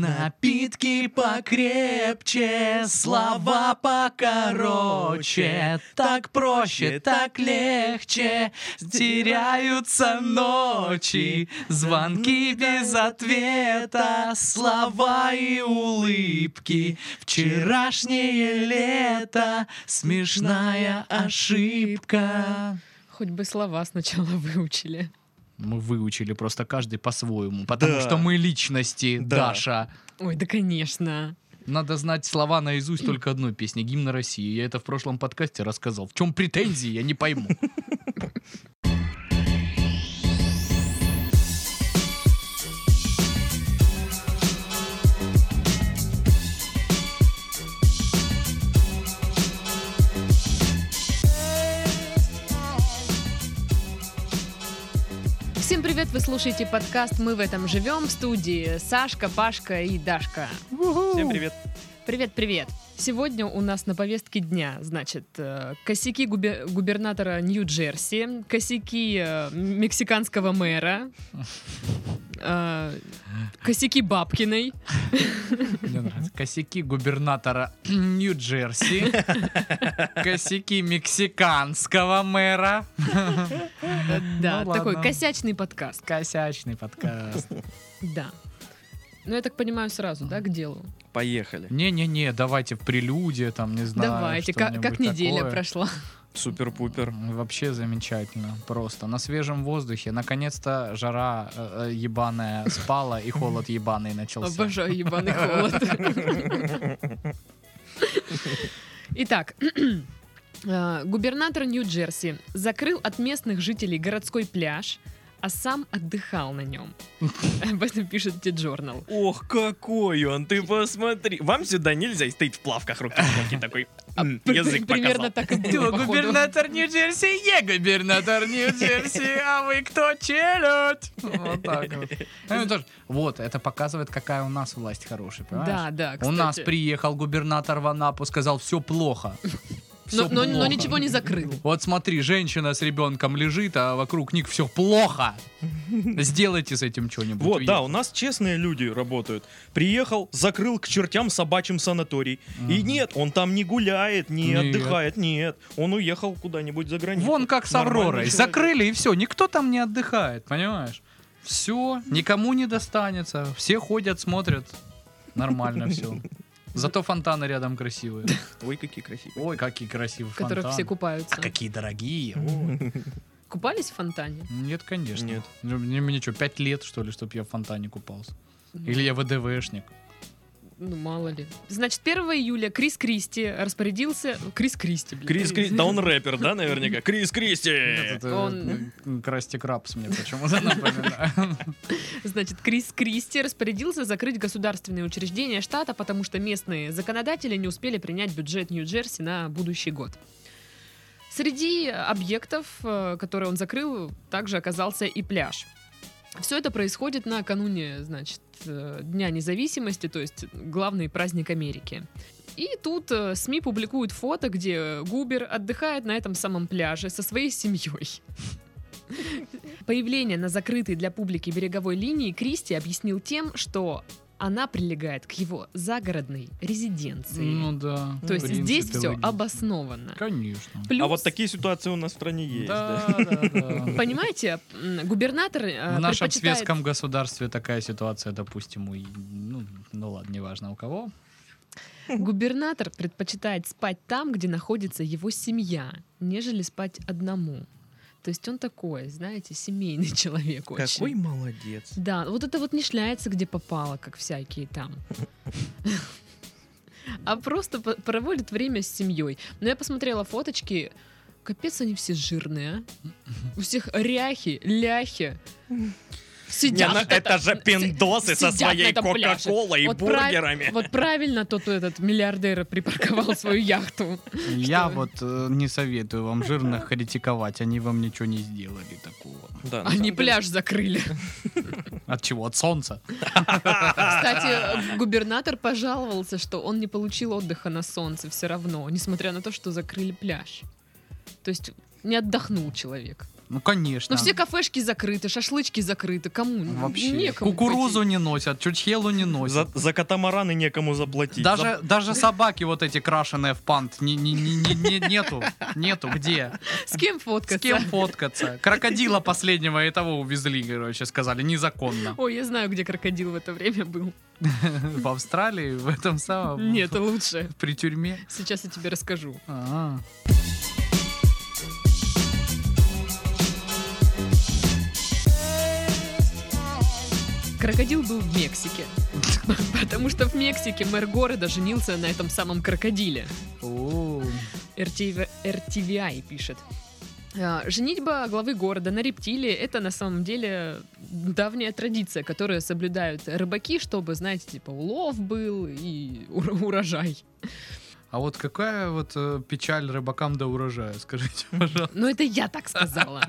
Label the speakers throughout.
Speaker 1: Напитки покрепче, слова покороче, так проще, так легче, теряются ночи, звонки без ответа, слова и улыбки, вчерашнее лето, смешная ошибка.
Speaker 2: Хоть бы слова сначала выучили.
Speaker 1: Мы выучили просто каждый по-своему, потому что мы личности,
Speaker 3: Да.
Speaker 1: Даша.
Speaker 2: Ой, да конечно.
Speaker 1: Надо знать слова наизусть только одной песни гимна России. Я это в прошлом подкасте рассказал. В чем претензии, я не пойму.
Speaker 2: Всем привет, вы слушаете подкаст «Мы в этом живем» в студии Сашка, Пашка и Дашка.
Speaker 3: Всем привет.
Speaker 2: Привет-привет. Сегодня у нас на повестке дня, значит, э, косяки губе- губернатора Нью-Джерси, косяки э, мексиканского мэра, э, косяки Бабкиной.
Speaker 1: Мне нравится. Косяки губернатора Нью-Джерси, косяки мексиканского мэра.
Speaker 2: Э, Да,
Speaker 1: Ну
Speaker 2: такой
Speaker 1: ладно.
Speaker 2: косячный подкаст.
Speaker 1: Косячный подкаст.
Speaker 2: Да. Ну, я так понимаю, сразу, да, к делу.
Speaker 3: Поехали.
Speaker 1: Не-не-не, давайте в прелюдии, там, не знаю.
Speaker 2: Давайте, ка- как,
Speaker 1: что-нибудь
Speaker 2: неделя
Speaker 1: такое.
Speaker 2: прошла.
Speaker 3: Супер-пупер.
Speaker 1: Вообще замечательно, просто. На свежем воздухе, наконец-то жара э, э, ебаная спала и холод ебаный начался.
Speaker 2: Обожаю ебаный холод. Итак, э, губернатор Нью-Джерси закрыл от местных жителей городской пляж, а сам отдыхал на нем. Об этом пишет T-Journal.
Speaker 3: Ох, какой он, ты посмотри. Вам сюда нельзя, и стоит в плавках руки в боки такой.
Speaker 1: А
Speaker 3: м, Язык
Speaker 2: А Примерно
Speaker 3: показал.
Speaker 2: так и
Speaker 1: Кто
Speaker 2: было, походу.
Speaker 1: губернатор Нью-Джерси? Я губернатор Нью-Джерси, а вы кто, челюдь? Вот так вот. Ну, это ж- Вот, это показывает, какая у нас власть хорошая,
Speaker 2: Да,
Speaker 1: понимаешь?
Speaker 2: да,
Speaker 1: У нас
Speaker 2: кстати.
Speaker 1: приехал губернатор в Анапу, сказал, все плохо.
Speaker 2: Но-
Speaker 1: Всё
Speaker 2: но- Но
Speaker 1: плохо».
Speaker 2: ничего не закрыл.
Speaker 1: Вот смотри, женщина с ребенком лежит, а вокруг них все плохо. Сделайте с этим что-нибудь.
Speaker 3: Вот, да, у нас честные люди работают. Приехал, закрыл к чертям собачьим санаторий. И нет, он там не гуляет, не
Speaker 1: Нет.
Speaker 3: отдыхает, нет. Он уехал куда-нибудь за границу.
Speaker 1: Вон как с
Speaker 3: Нормальный
Speaker 1: Авророй.
Speaker 3: человек.
Speaker 1: Закрыли и все. Никто там не отдыхает, понимаешь? Все, никому не достанется. Все ходят, смотрят. Нормально все. Зато фонтаны рядом красивые.
Speaker 3: Ой, какие красивые.
Speaker 1: Ой, какие красивые
Speaker 2: в которых
Speaker 1: фонтаны.
Speaker 2: все
Speaker 1: А
Speaker 2: купаются.
Speaker 1: какие дорогие.
Speaker 2: Купались в фонтане?
Speaker 1: Нет, конечно.
Speaker 3: Нет.
Speaker 1: Ну, Мне, мне что, пять лет, что ли, чтобы я в фонтане купался? Или я ВДВшник?
Speaker 2: Ну, мало ли. Значит, 1 июля Крис Кристи распорядился... Крис Кристи, блин.
Speaker 3: Крис Кристи, да он рэпер, да, наверняка? Крис Кристи!
Speaker 1: Этот, э,
Speaker 2: он-
Speaker 1: м, Красти Крабс мне почему-то напоминает.
Speaker 2: Значит, Крис Кристи распорядился закрыть государственные учреждения штата, потому что местные законодатели не успели принять бюджет Нью-Джерси на будущий год. Среди объектов, э, которые он закрыл, также оказался и пляж. Все это происходит накануне, значит, э, Дня независимости, то есть главный праздник Америки. И тут э, СМИ публикуют фото, где Губер отдыхает на этом самом пляже со своей семьей. Появление на закрытой для публики береговой линии Кристи объяснил тем, что она прилегает к его загородной резиденции.
Speaker 1: Ну да.
Speaker 2: То есть
Speaker 1: в принципе,
Speaker 2: здесь все
Speaker 1: логично.
Speaker 2: обосновано.
Speaker 1: Конечно.
Speaker 2: Плюс,
Speaker 3: А вот такие ситуации у нас в стране есть, да.
Speaker 1: Да, да, да.
Speaker 2: понимаете, м, губернатор э,
Speaker 1: В нашем
Speaker 2: предпочитает-
Speaker 1: светском государстве такая ситуация, допустим, у... Ну, ну ладно, неважно у кого.
Speaker 2: губернатор предпочитает спать там, где находится его семья, нежели спать одному. То есть он такой, знаете, семейный человек
Speaker 3: Какой
Speaker 2: очень.
Speaker 3: молодец.
Speaker 2: Да, вот это вот не шляется, где попало, как всякие там. А просто по- проводит время с семьей. Но я посмотрела фоточки. Капец, они все жирные, а. У всех ряхи, ляхи.
Speaker 3: Не,
Speaker 2: Сидят.
Speaker 3: ну
Speaker 2: на
Speaker 3: это
Speaker 2: этом-
Speaker 3: же пиндосы со
Speaker 2: сидят на
Speaker 3: своей
Speaker 2: этом пляже.
Speaker 3: кока-колой и
Speaker 2: Вот прав-
Speaker 3: бургерами.
Speaker 2: Вот правильно тот этот миллиардер припарковал свою яхту.
Speaker 1: Я
Speaker 2: вы?
Speaker 1: вот э, не советую вам жирных критиковать, они вам ничего не сделали такого.
Speaker 3: Да, на
Speaker 2: Они
Speaker 3: самом деле.
Speaker 2: пляж закрыли.
Speaker 1: От чего? От солнца.
Speaker 2: Кстати, губернатор пожаловался, что он не получил отдыха на солнце все равно, несмотря на то, что закрыли пляж. То есть не отдохнул человек.
Speaker 1: Ну, конечно.
Speaker 2: Но все кафешки закрыты, шашлычки закрыты. Кому?
Speaker 1: Вообще.
Speaker 2: Некому
Speaker 1: Кукурузу
Speaker 2: пойти.
Speaker 1: не носят, чучхелу не носят.
Speaker 3: За, за катамараны некому заплатить. За-
Speaker 1: Даже, даже собаки вот эти крашеные в пант не, не- не- не- не- нету, нету, где?
Speaker 2: С кем
Speaker 1: С
Speaker 2: фоткаться?
Speaker 1: кем фоткаться? Крокодила последнего и того увезли, короче, сказали, незаконно.
Speaker 2: Ой, я знаю, где крокодил в это время был.
Speaker 1: В Австралии, в этом самом...
Speaker 2: Нет, лучше.
Speaker 1: При тюрьме.
Speaker 2: Сейчас я тебе расскажу.
Speaker 1: А.
Speaker 2: Крокодил был в Мексике. Потому что в Мексике мэр города женился на этом самом крокодиле.
Speaker 1: О.
Speaker 2: RTV RTVI пишет. А, Женитьба главы города на рептилии – это на самом деле давняя традиция, которую соблюдают рыбаки, чтобы, знаете, типа улов был и ур- урожай.
Speaker 1: А вот какая вот э, печаль рыбакам до урожая, скажите, пожалуйста.
Speaker 2: Но Ну, это я так сказала.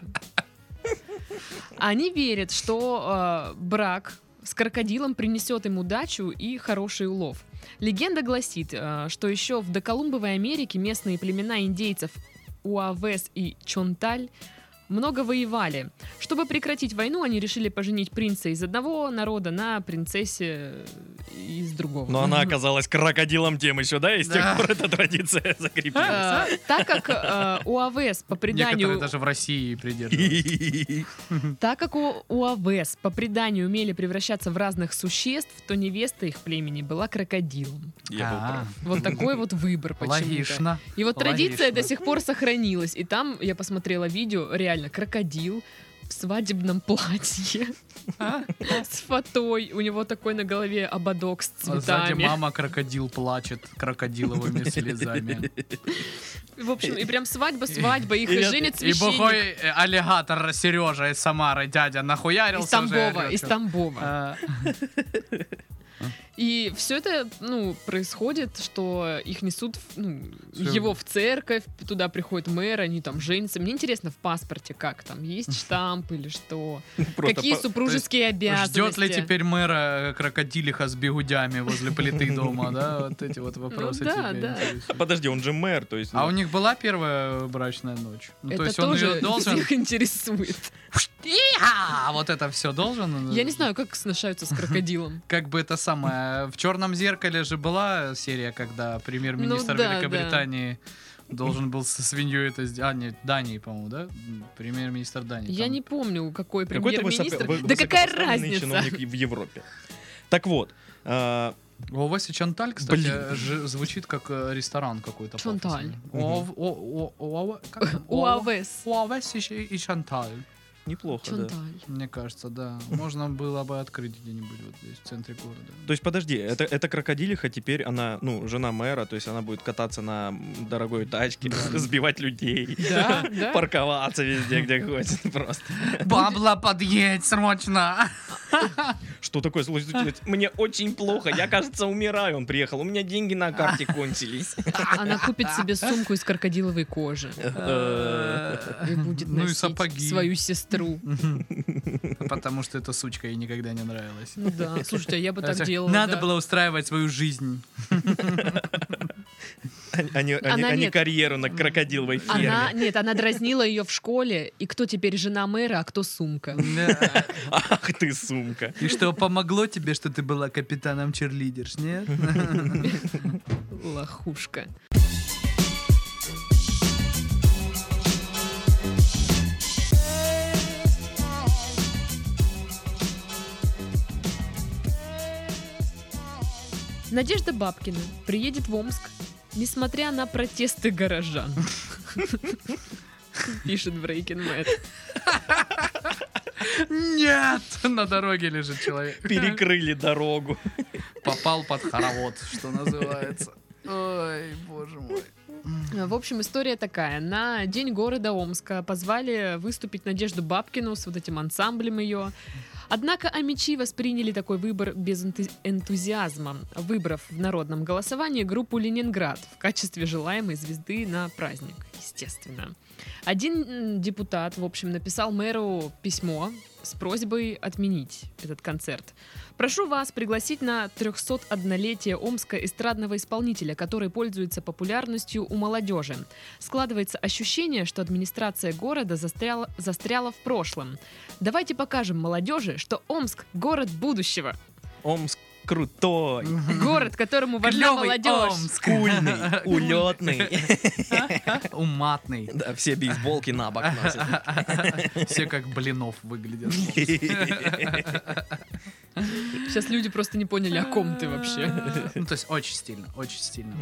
Speaker 2: Они верят, что э, брак с крокодилом принесет им удачу и хороший улов. Легенда гласит, э, что еще в доколумбовой Америке местные племена индейцев Уавес и Чонталь много воевали. Чтобы прекратить войну, они решили поженить принца из одного народа на принцессе э, из другого.
Speaker 3: Но она оказалась крокодилом тем еще, да? И с тех
Speaker 1: Да.
Speaker 3: пор эта традиция закрепилась.
Speaker 2: Э, Так как э, Уавес по
Speaker 1: Некоторые
Speaker 2: преданию
Speaker 1: даже в России придерживаются.
Speaker 2: Так как у УАВС по преданию умели превращаться в разных существ, то невеста их племени была крокодилом.
Speaker 3: Я был
Speaker 1: А,
Speaker 3: прав.
Speaker 2: Вот такой вот выбор почему-то.
Speaker 1: Логично.
Speaker 2: И вот традиция
Speaker 1: логично.
Speaker 2: до сих пор сохранилась. И там я посмотрела видео, реально крокодил в свадебном платье с фатой. У него такой на голове ободок с
Speaker 1: А Сзади
Speaker 2: цветами.
Speaker 1: мама крокодил плачет крокодиловыми слезами.
Speaker 2: В общем, и прям свадьба, свадьба, их
Speaker 3: И-
Speaker 2: женит
Speaker 1: И
Speaker 2: священник.
Speaker 1: бухой э, аллигатор Сережа из Самары, дядя, нахуярился
Speaker 2: Из
Speaker 1: уже,
Speaker 2: Тамбова,
Speaker 1: орёт,
Speaker 2: из
Speaker 1: чё.
Speaker 2: Тамбова.
Speaker 1: А,
Speaker 2: И все это, ну, происходит, что их несут, в- ну,
Speaker 1: Всё.
Speaker 2: его в церковь, туда приходит мэр, они там женятся. Мне интересно, в паспорте как там, есть штамп или что?
Speaker 3: Просто
Speaker 2: Какие
Speaker 3: по-
Speaker 2: супружеские обязанности?
Speaker 1: Ждет ли теперь мэра э, крокодилиха с бегудями возле плиты дома, да? Вот эти вот вопросы
Speaker 2: Ну да,
Speaker 1: тебя
Speaker 2: да.
Speaker 1: интересуют.
Speaker 3: Подожди, он же мэр, то есть...
Speaker 1: А
Speaker 3: ну,
Speaker 1: у них была первая брачная ночь? Ну,
Speaker 2: Это
Speaker 1: то есть он
Speaker 2: тоже
Speaker 1: ее должен...
Speaker 2: их интересует.
Speaker 1: Иха! А, Вот это все должен? э,
Speaker 2: Я не знаю, как сношаются с крокодилом.
Speaker 1: Как бы это самое... В «Черном зеркале» же была серия, когда премьер-министр
Speaker 2: Ну да,
Speaker 1: Великобритании должен был со свиньей это сделать. А, нет, Дании, по-моему, да? М, Премьер-министр Дании.
Speaker 2: Я
Speaker 1: там.
Speaker 2: не помню, какой
Speaker 3: какой-то высоко-
Speaker 2: премьер-министр.
Speaker 3: вы-
Speaker 2: Да какая
Speaker 3: высокопоставленный
Speaker 2: разница?
Speaker 3: чиновник в Европе. Так вот, а,
Speaker 1: У Васи Чанталь, кстати,
Speaker 3: Блин.
Speaker 1: э, ж- звучит как э, ресторан какой-то.
Speaker 2: Чанталь.
Speaker 1: пафосный. Уав- о- о- уава- как там? Уава-
Speaker 2: УАВС.
Speaker 1: Уавес и и Чанталь.
Speaker 3: неплохо, да.
Speaker 2: Чонталь.
Speaker 1: Мне кажется, да. Можно было бы открыть где-нибудь вот здесь, в центре города.
Speaker 3: То есть, подожди, это, это крокодилиха теперь, она, ну, жена мэра, то есть она будет кататься на дорогой тачке, сбивать людей,
Speaker 2: Да, да.
Speaker 3: парковаться везде, где хочет просто.
Speaker 1: Бабла, подъедь срочно!
Speaker 3: Что такое? Слушайте, Мне очень плохо, я, кажется, умираю. Он приехал, у меня деньги на карте кончились.
Speaker 2: А, Она купит себе сумку из крокодиловой кожи.
Speaker 1: А.
Speaker 3: Э,
Speaker 2: И будет
Speaker 1: Ну и
Speaker 2: носить
Speaker 1: сапоги.
Speaker 2: свою сестру.
Speaker 1: Потому что эта сучка ей никогда не нравилась.
Speaker 2: Ну да, слушайте, а я бы так
Speaker 1: Хотя
Speaker 2: делала.
Speaker 1: Надо
Speaker 2: да.
Speaker 1: было устраивать свою жизнь.
Speaker 3: Они- Они они-
Speaker 2: Она
Speaker 3: они
Speaker 2: нет.
Speaker 3: карьеру на крокодиловой
Speaker 2: Она,
Speaker 3: ферме.
Speaker 2: нет, она дразнила ее в школе, и кто теперь жена мэра, а кто сумка.
Speaker 1: Да.
Speaker 3: Ах ты, сумка.
Speaker 1: И что, помогло тебе, что ты была капитаном черлидерш, нет?
Speaker 2: Лохушка. Надежда Бабкина приедет в Омск, несмотря на протесты горожан. Пишет Брейкин Мэтт.
Speaker 1: Нет! На дороге лежит человек.
Speaker 3: Перекрыли дорогу.
Speaker 1: Попал под хоровод, что называется. Ой, боже мой.
Speaker 2: Э, В общем, история такая. На День города Омска позвали выступить Надежду Бабкину с вот этим ансамблем ее. Однако амичи восприняли такой выбор без энту- энтузиазма, выбрав в народном голосовании группу «Ленинград» в качестве желаемой звезды на праздник. естественно. Один м, депутат, в общем, написал мэру письмо с просьбой отменить этот концерт. Прошу вас пригласить на 301-летие Омска эстрадного исполнителя, который пользуется популярностью у молодежи. Складывается ощущение, что администрация города застряла, застряла в прошлом. Давайте покажем молодежи, что Омск — город будущего.
Speaker 3: Омск крутой,
Speaker 2: Город, которому важна
Speaker 1: Клёвый
Speaker 2: молодежь.
Speaker 1: Омск.
Speaker 3: кульный, улетный.
Speaker 1: Уматный.
Speaker 3: Да, все бейсболки на бок носят.
Speaker 1: Все как блинов выглядят.
Speaker 2: Сейчас люди просто не поняли, о ком ты вообще.
Speaker 1: Ну, то есть очень стильно, очень стильно.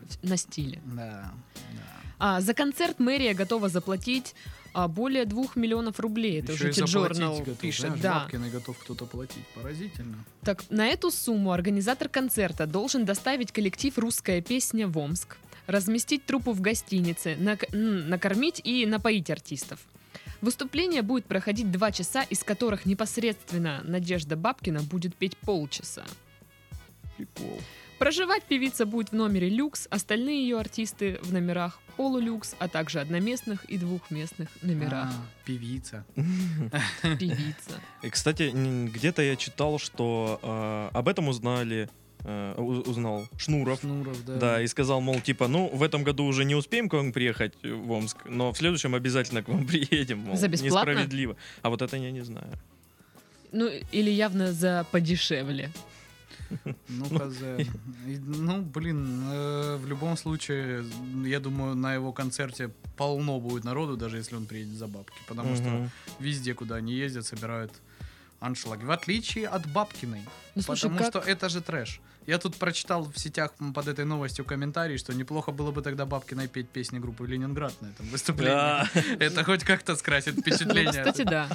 Speaker 2: На стиле.
Speaker 1: Да. да.
Speaker 2: А, за концерт мэрия готова заплатить а, более двух миллионов рублей. Это
Speaker 1: Ещё и
Speaker 2: уже Тит
Speaker 1: заплатить
Speaker 2: Джорнал
Speaker 1: готов,
Speaker 2: пишет.
Speaker 1: знаешь,
Speaker 2: Да.
Speaker 1: бабки на готов кто-то платить. Поразительно.
Speaker 2: Так, на эту сумму организатор концерта должен доставить коллектив «Русская песня» в Омск, разместить труппу в гостинице, нак- м, накормить и напоить артистов. Выступление будет проходить два часа, из которых непосредственно Надежда Бабкина будет петь полчаса.
Speaker 3: Прикол.
Speaker 2: Проживать певица будет в номере люкс, остальные ее артисты в номерах полулюкс, а также одноместных и двухместных номерах.
Speaker 1: А, певица. А.
Speaker 2: Певица.
Speaker 3: И, Кстати, н- где-то я читал, что э, об этом узнали, э, у- узнал Шнуров.
Speaker 1: Шнуров, да.
Speaker 3: Да, и сказал, мол, типа, ну, в этом году уже не успеем к вам приехать э, в Омск, но в следующем обязательно к вам приедем, мол,
Speaker 2: За бесплатно?
Speaker 3: несправедливо. А вот это я не знаю.
Speaker 2: Ну, или явно за подешевле.
Speaker 1: Ну, хз. И, Ну, блин, э, в любом случае, я думаю, на его концерте полно будет народу, даже если он приедет за бабки. Потому что
Speaker 3: Мгм.
Speaker 1: везде, куда они ездят, собирают аншлаги. В отличие от Бабкиной.
Speaker 2: Ну, слушай,
Speaker 1: Потому
Speaker 2: как...
Speaker 1: что это же трэш. Я тут прочитал в сетях м, под этой новостью комментарий, что неплохо было бы тогда Бабкиной петь песни группы «Ленинград» на этом выступлении.
Speaker 3: Да.
Speaker 1: Это хоть как-то скрасит
Speaker 2: Ну,
Speaker 1: впечатление.
Speaker 2: кстати, да.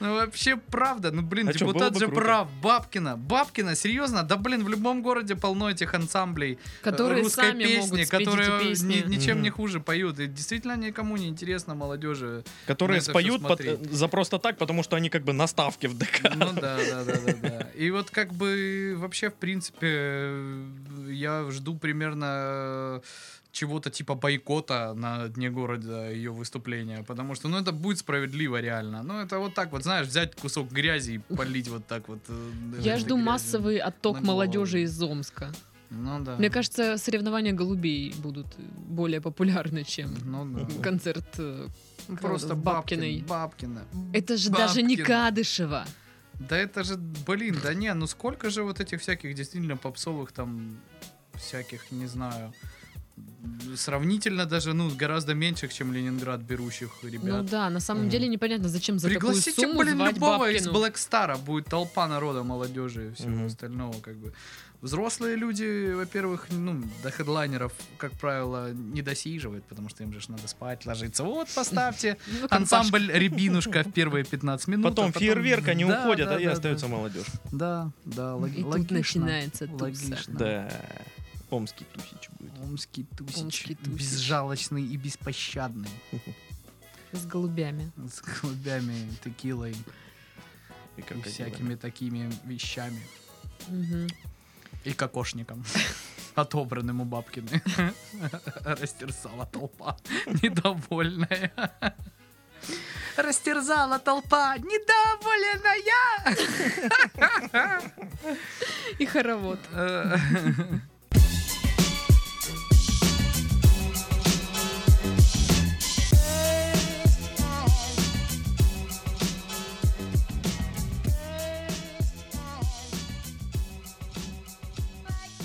Speaker 1: Ну вообще правда, ну блин,
Speaker 3: А чё, было
Speaker 1: депутат
Speaker 3: бы
Speaker 1: же
Speaker 3: круто.
Speaker 1: прав, Бабкина, Бабкина, серьезно, да блин, в любом городе полно этих ансамблей э,
Speaker 2: Которые
Speaker 1: русской
Speaker 2: сами
Speaker 1: песни,
Speaker 2: могут спеть
Speaker 1: которые
Speaker 2: эти песни.
Speaker 1: ни- ничем не
Speaker 3: Мгм.
Speaker 1: хуже поют, и действительно никому не интересно молодежи.
Speaker 3: Которые
Speaker 1: это всё
Speaker 3: споют под- э,
Speaker 1: смотреть.
Speaker 3: за просто так, потому что они как бы на ставке в ДК.
Speaker 1: Ну да, да, да, да, да. И вот как бы вообще в принципе э, я жду примерно э, чего-то типа бойкота на дне города ее выступления, потому что ну это будет справедливо реально. Ну это вот так вот, знаешь, взять кусок грязи и полить вот так вот. э,
Speaker 2: Я
Speaker 1: этой
Speaker 2: жду
Speaker 1: грязью.
Speaker 2: массовый отток
Speaker 1: на голову.
Speaker 2: молодежи из Омска.
Speaker 1: Ну да.
Speaker 2: Мне кажется, соревнования голубей будут более популярны, чем
Speaker 1: Ну да.
Speaker 2: концерт. э,
Speaker 1: Ну,
Speaker 2: кого-то
Speaker 1: Просто
Speaker 2: в Бабкиной.
Speaker 1: Бабкиной. Бабкина.
Speaker 2: Это же даже не
Speaker 1: Бабкина.
Speaker 2: Кадышева.
Speaker 1: Да это же, блин, да не, ну сколько же вот этих всяких действительно попсовых там всяких, не знаю, сравнительно даже, ну, гораздо меньших, чем Ленинград берущих
Speaker 2: Ну
Speaker 1: ребят.
Speaker 2: да, на самом
Speaker 3: Мгм.
Speaker 2: деле непонятно, зачем за такую
Speaker 1: Пригласите,
Speaker 2: сумму
Speaker 1: блин,
Speaker 2: звать
Speaker 1: любого из
Speaker 2: Бабкину.
Speaker 1: Black Star, а будет толпа народа, молодежи и всего
Speaker 3: Мгм.
Speaker 1: остального, как бы. Взрослые люди, во-первых, ну, до хедлайнеров, как правило, не досиживают, потому что им же ж надо спать, ложиться. Вот, поставьте
Speaker 2: Ну, компашка.
Speaker 1: ансамбль «Рябинушка» в первые 15 минут. а
Speaker 3: Потом фейерверк, они
Speaker 1: Да,
Speaker 3: уходят,
Speaker 1: да,
Speaker 3: а и
Speaker 1: да,
Speaker 3: остается
Speaker 1: да.
Speaker 3: молодежь.
Speaker 1: Да, да, лог-
Speaker 2: И тут
Speaker 1: логично.
Speaker 2: начинается туса.
Speaker 1: Логично.
Speaker 3: Да. Омский тусич будет.
Speaker 1: Омский тусич.
Speaker 2: Омский тусич.
Speaker 1: Безжалочный и беспощадный.
Speaker 2: С голубями.
Speaker 1: С голубями, текилой
Speaker 3: И
Speaker 1: и
Speaker 3: крокодилами.
Speaker 1: всякими такими вещами.
Speaker 2: Мгм.
Speaker 1: И кокошником. Отобранным у Бабкины. Растерзала толпа. Недовольная. Растерзала толпа. Недовольная.
Speaker 2: И хоровод.
Speaker 1: Э,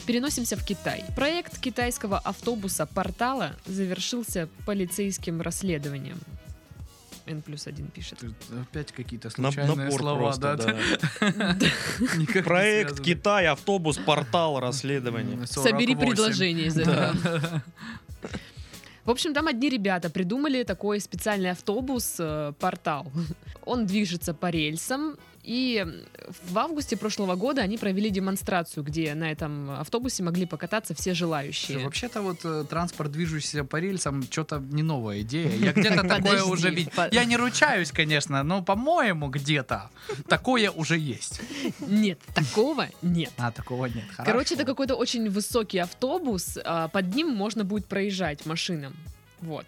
Speaker 2: Переносимся в Китай. Проект китайского автобуса «Портала» завершился полицейским расследованием. N плюс один пишет.
Speaker 1: Тут Опять какие-то
Speaker 3: Наб-
Speaker 1: случайные
Speaker 3: набор
Speaker 1: слова,
Speaker 3: просто,
Speaker 1: да?
Speaker 3: да.
Speaker 1: Никак не
Speaker 3: Проект
Speaker 1: связаны.
Speaker 3: Китай, автобус, портал, расследование.
Speaker 1: 48.
Speaker 2: Собери предложение из этого. В общем, там одни ребята придумали такой специальный автобус, э, портал. Он движется по рельсам, и в августе прошлого года они провели демонстрацию, где на этом автобусе могли покататься все
Speaker 1: Слушай,
Speaker 2: желающие.
Speaker 1: Вообще-то вот э, транспорт, движущийся по рельсам, что-то не новая идея. Я где-то такое
Speaker 2: Подожди,
Speaker 1: уже видел.
Speaker 2: по-
Speaker 1: Я не ручаюсь, конечно, но, по-моему, где-то такое уже есть.
Speaker 2: Нет, такого нет.
Speaker 1: А, такого нет.
Speaker 2: Короче, это
Speaker 1: Хорошо.
Speaker 2: какой-то очень высокий автобус, а, под ним можно будет проезжать машинам. Вот.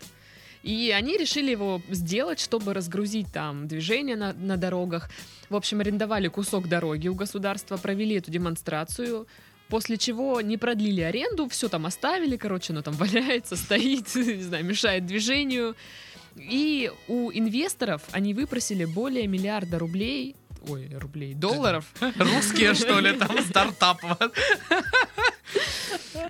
Speaker 2: И они решили его сделать, чтобы разгрузить там движение на, на дорогах. В общем, арендовали кусок дороги у государства, провели эту демонстрацию. После чего не продлили аренду, все там оставили, короче, оно там валяется, стоит, не знаю, мешает движению. И у инвесторов они выпросили более миллиарда рублей, ой, рублей, долларов,
Speaker 1: Русские, что ли, там стартап.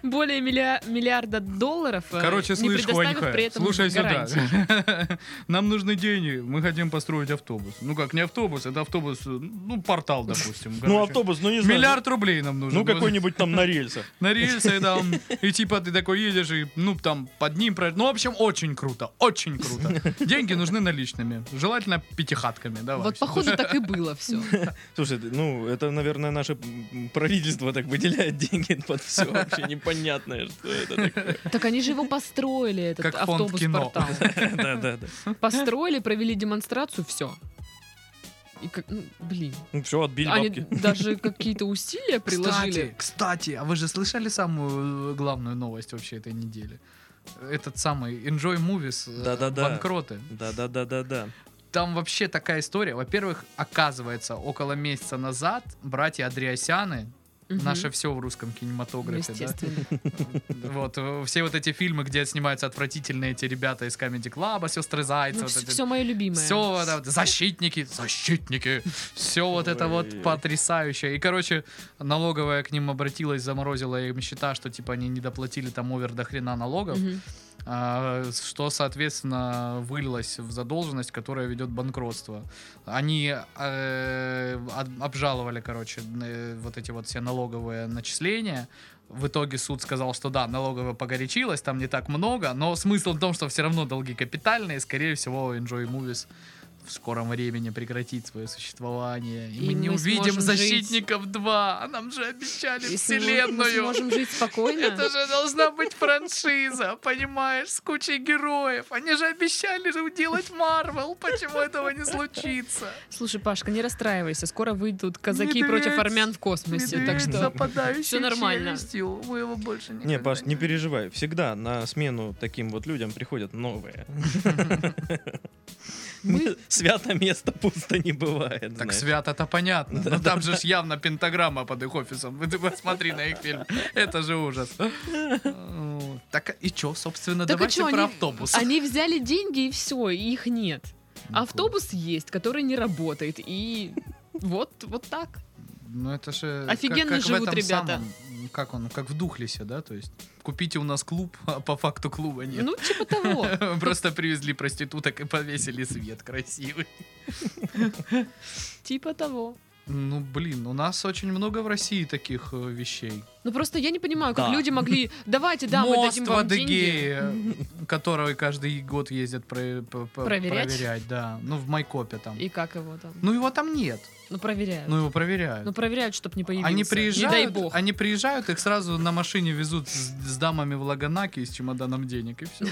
Speaker 2: более миллиа- миллиарда долларов, э,
Speaker 1: Короче,
Speaker 2: не
Speaker 1: слышь,
Speaker 2: предоставив
Speaker 1: Хуаньхэ,
Speaker 2: при этом
Speaker 1: слушай сюда.
Speaker 2: гарантий.
Speaker 1: Нам нужны деньги, мы хотим построить автобус. Ну как, не автобус, это автобус, э, ну, портал, допустим.
Speaker 3: Ну,
Speaker 1: короче.
Speaker 3: автобус, ну не знаю.
Speaker 1: Миллиард рублей нам нужен.
Speaker 3: Ну, какой-нибудь там на рельсах.
Speaker 1: На рельсы там, и типа ты такой едешь, и ну там под ним про... Ну, в общем, очень круто, очень круто. Деньги нужны наличными, желательно пятихатками, давай.
Speaker 2: Вот, походу, так и было все.
Speaker 3: Слушай, ну, это, наверное, наше м, правительство так выделяет деньги под все вообще непонятное, что это такое.
Speaker 2: Так они же его построили, этот
Speaker 1: Как фонд кино.
Speaker 2: автобус-портал.
Speaker 3: Да, да, да.
Speaker 2: Построили, провели демонстрацию, все. И как, ну, блин.
Speaker 3: Ну, все, отбили
Speaker 2: Они
Speaker 3: бабки.
Speaker 2: даже какие-то усилия
Speaker 1: Кстати,
Speaker 2: приложили.
Speaker 1: кстати, а вы же слышали самую э, главную новость вообще этой недели? Этот самый Enjoy Movies, э,
Speaker 3: Да-да-да.
Speaker 1: банкроты.
Speaker 3: Да, да, да, да, да.
Speaker 1: Там вообще такая история. Во-первых, оказывается, около месяца назад братья Адриасяны,
Speaker 2: Мгм.
Speaker 1: наше все в русском кинематографе, да,
Speaker 2: Естественно.
Speaker 1: Вот, э, все вот эти фильмы, где снимаются отвратительные эти ребята из Comedy Club, а сестры Зайцы,
Speaker 2: Ну,
Speaker 1: вот
Speaker 2: все,
Speaker 1: это.
Speaker 2: мое любимое.
Speaker 1: Все вот это вот, защитники, защитники, все вот это вот
Speaker 3: Ой-ой-ой.
Speaker 1: потрясающе. И, короче, налоговая к ним обратилась, заморозила им счета, что, типа, они не доплатили там овер до хрена налогов,
Speaker 2: Мгм.
Speaker 1: а, что, соответственно, вылилось в задолженность, которая ведет к банкротству. Они э, об- обжаловали, короче, э, вот эти вот все налоговые начисления. В итоге суд сказал, что да, налоговая погорячилась, там не так много, но смысл в том, что все равно долги капитальные, скорее всего, Enjoy Movies в скором времени прекратит свое существование. И,
Speaker 2: И
Speaker 1: мы не
Speaker 2: мы
Speaker 1: увидим
Speaker 2: сможем жить.
Speaker 1: «Защитников 2», а нам же обещали
Speaker 2: И смо- Мы
Speaker 1: вселенную.
Speaker 2: сможем жить спокойно.
Speaker 1: Это же должна быть франшиза, понимаешь, с кучей героев. Они же обещали же делать Марвел, почему этого не случится?
Speaker 2: Слушай, Пашка, не расстраивайся, скоро выйдут казаки
Speaker 1: Медведь.
Speaker 2: против армян в космосе, так
Speaker 1: Медведь
Speaker 2: что
Speaker 1: западающей
Speaker 2: всё нормально.
Speaker 1: челюстью. Мы его больше
Speaker 3: Не,
Speaker 1: никогда
Speaker 3: Паш, не
Speaker 1: увидим.
Speaker 3: переживай. Всегда на смену таким вот людям приходят новые. Свято место пусто не бывает.
Speaker 1: Так
Speaker 3: знаешь.
Speaker 1: свято-то понятно. Но там же ж явно пентаграмма под их офисом. Вы ты посмотри на их фильм. Это же ужас. Ну, Так и чё, собственно,
Speaker 2: Так и
Speaker 1: давайте
Speaker 2: чё,
Speaker 1: про
Speaker 2: они-
Speaker 1: автобус. Ну,
Speaker 2: Они взяли деньги и все, и их нет. Автобус есть, который не работает, и вот, вот так.
Speaker 1: Ну это же как-
Speaker 2: Офигенно
Speaker 1: как, в
Speaker 2: живут
Speaker 1: этом
Speaker 2: ребята.
Speaker 1: самом, как он, как в Духлесе, да, то есть купите у нас клуб, а по факту клуба нет.
Speaker 2: Ну, типа того.
Speaker 1: Просто привезли проституток и повесили свет красивый.
Speaker 2: Типа того.
Speaker 1: Ну блин, у нас очень много в России таких э, вещей.
Speaker 2: Ну просто я не понимаю, как
Speaker 3: Да.
Speaker 2: люди могли. Давайте, да, мы
Speaker 1: Мост
Speaker 2: дадим
Speaker 1: в
Speaker 2: вам деньги.
Speaker 1: Адыгее, который каждый год ездят про- по- по-
Speaker 2: Проверять?
Speaker 1: проверять, да. Ну в Майкопе там.
Speaker 2: И как его там?
Speaker 1: Ну его там нет,
Speaker 2: Ну проверяют.
Speaker 1: но его проверяют.
Speaker 2: Ну проверяют, чтобы не появился.
Speaker 1: Они приезжают,
Speaker 2: Не дай бог.
Speaker 1: они приезжают, их сразу на машине везут с, с дамами в Лаганаке и с чемоданом денег, и все.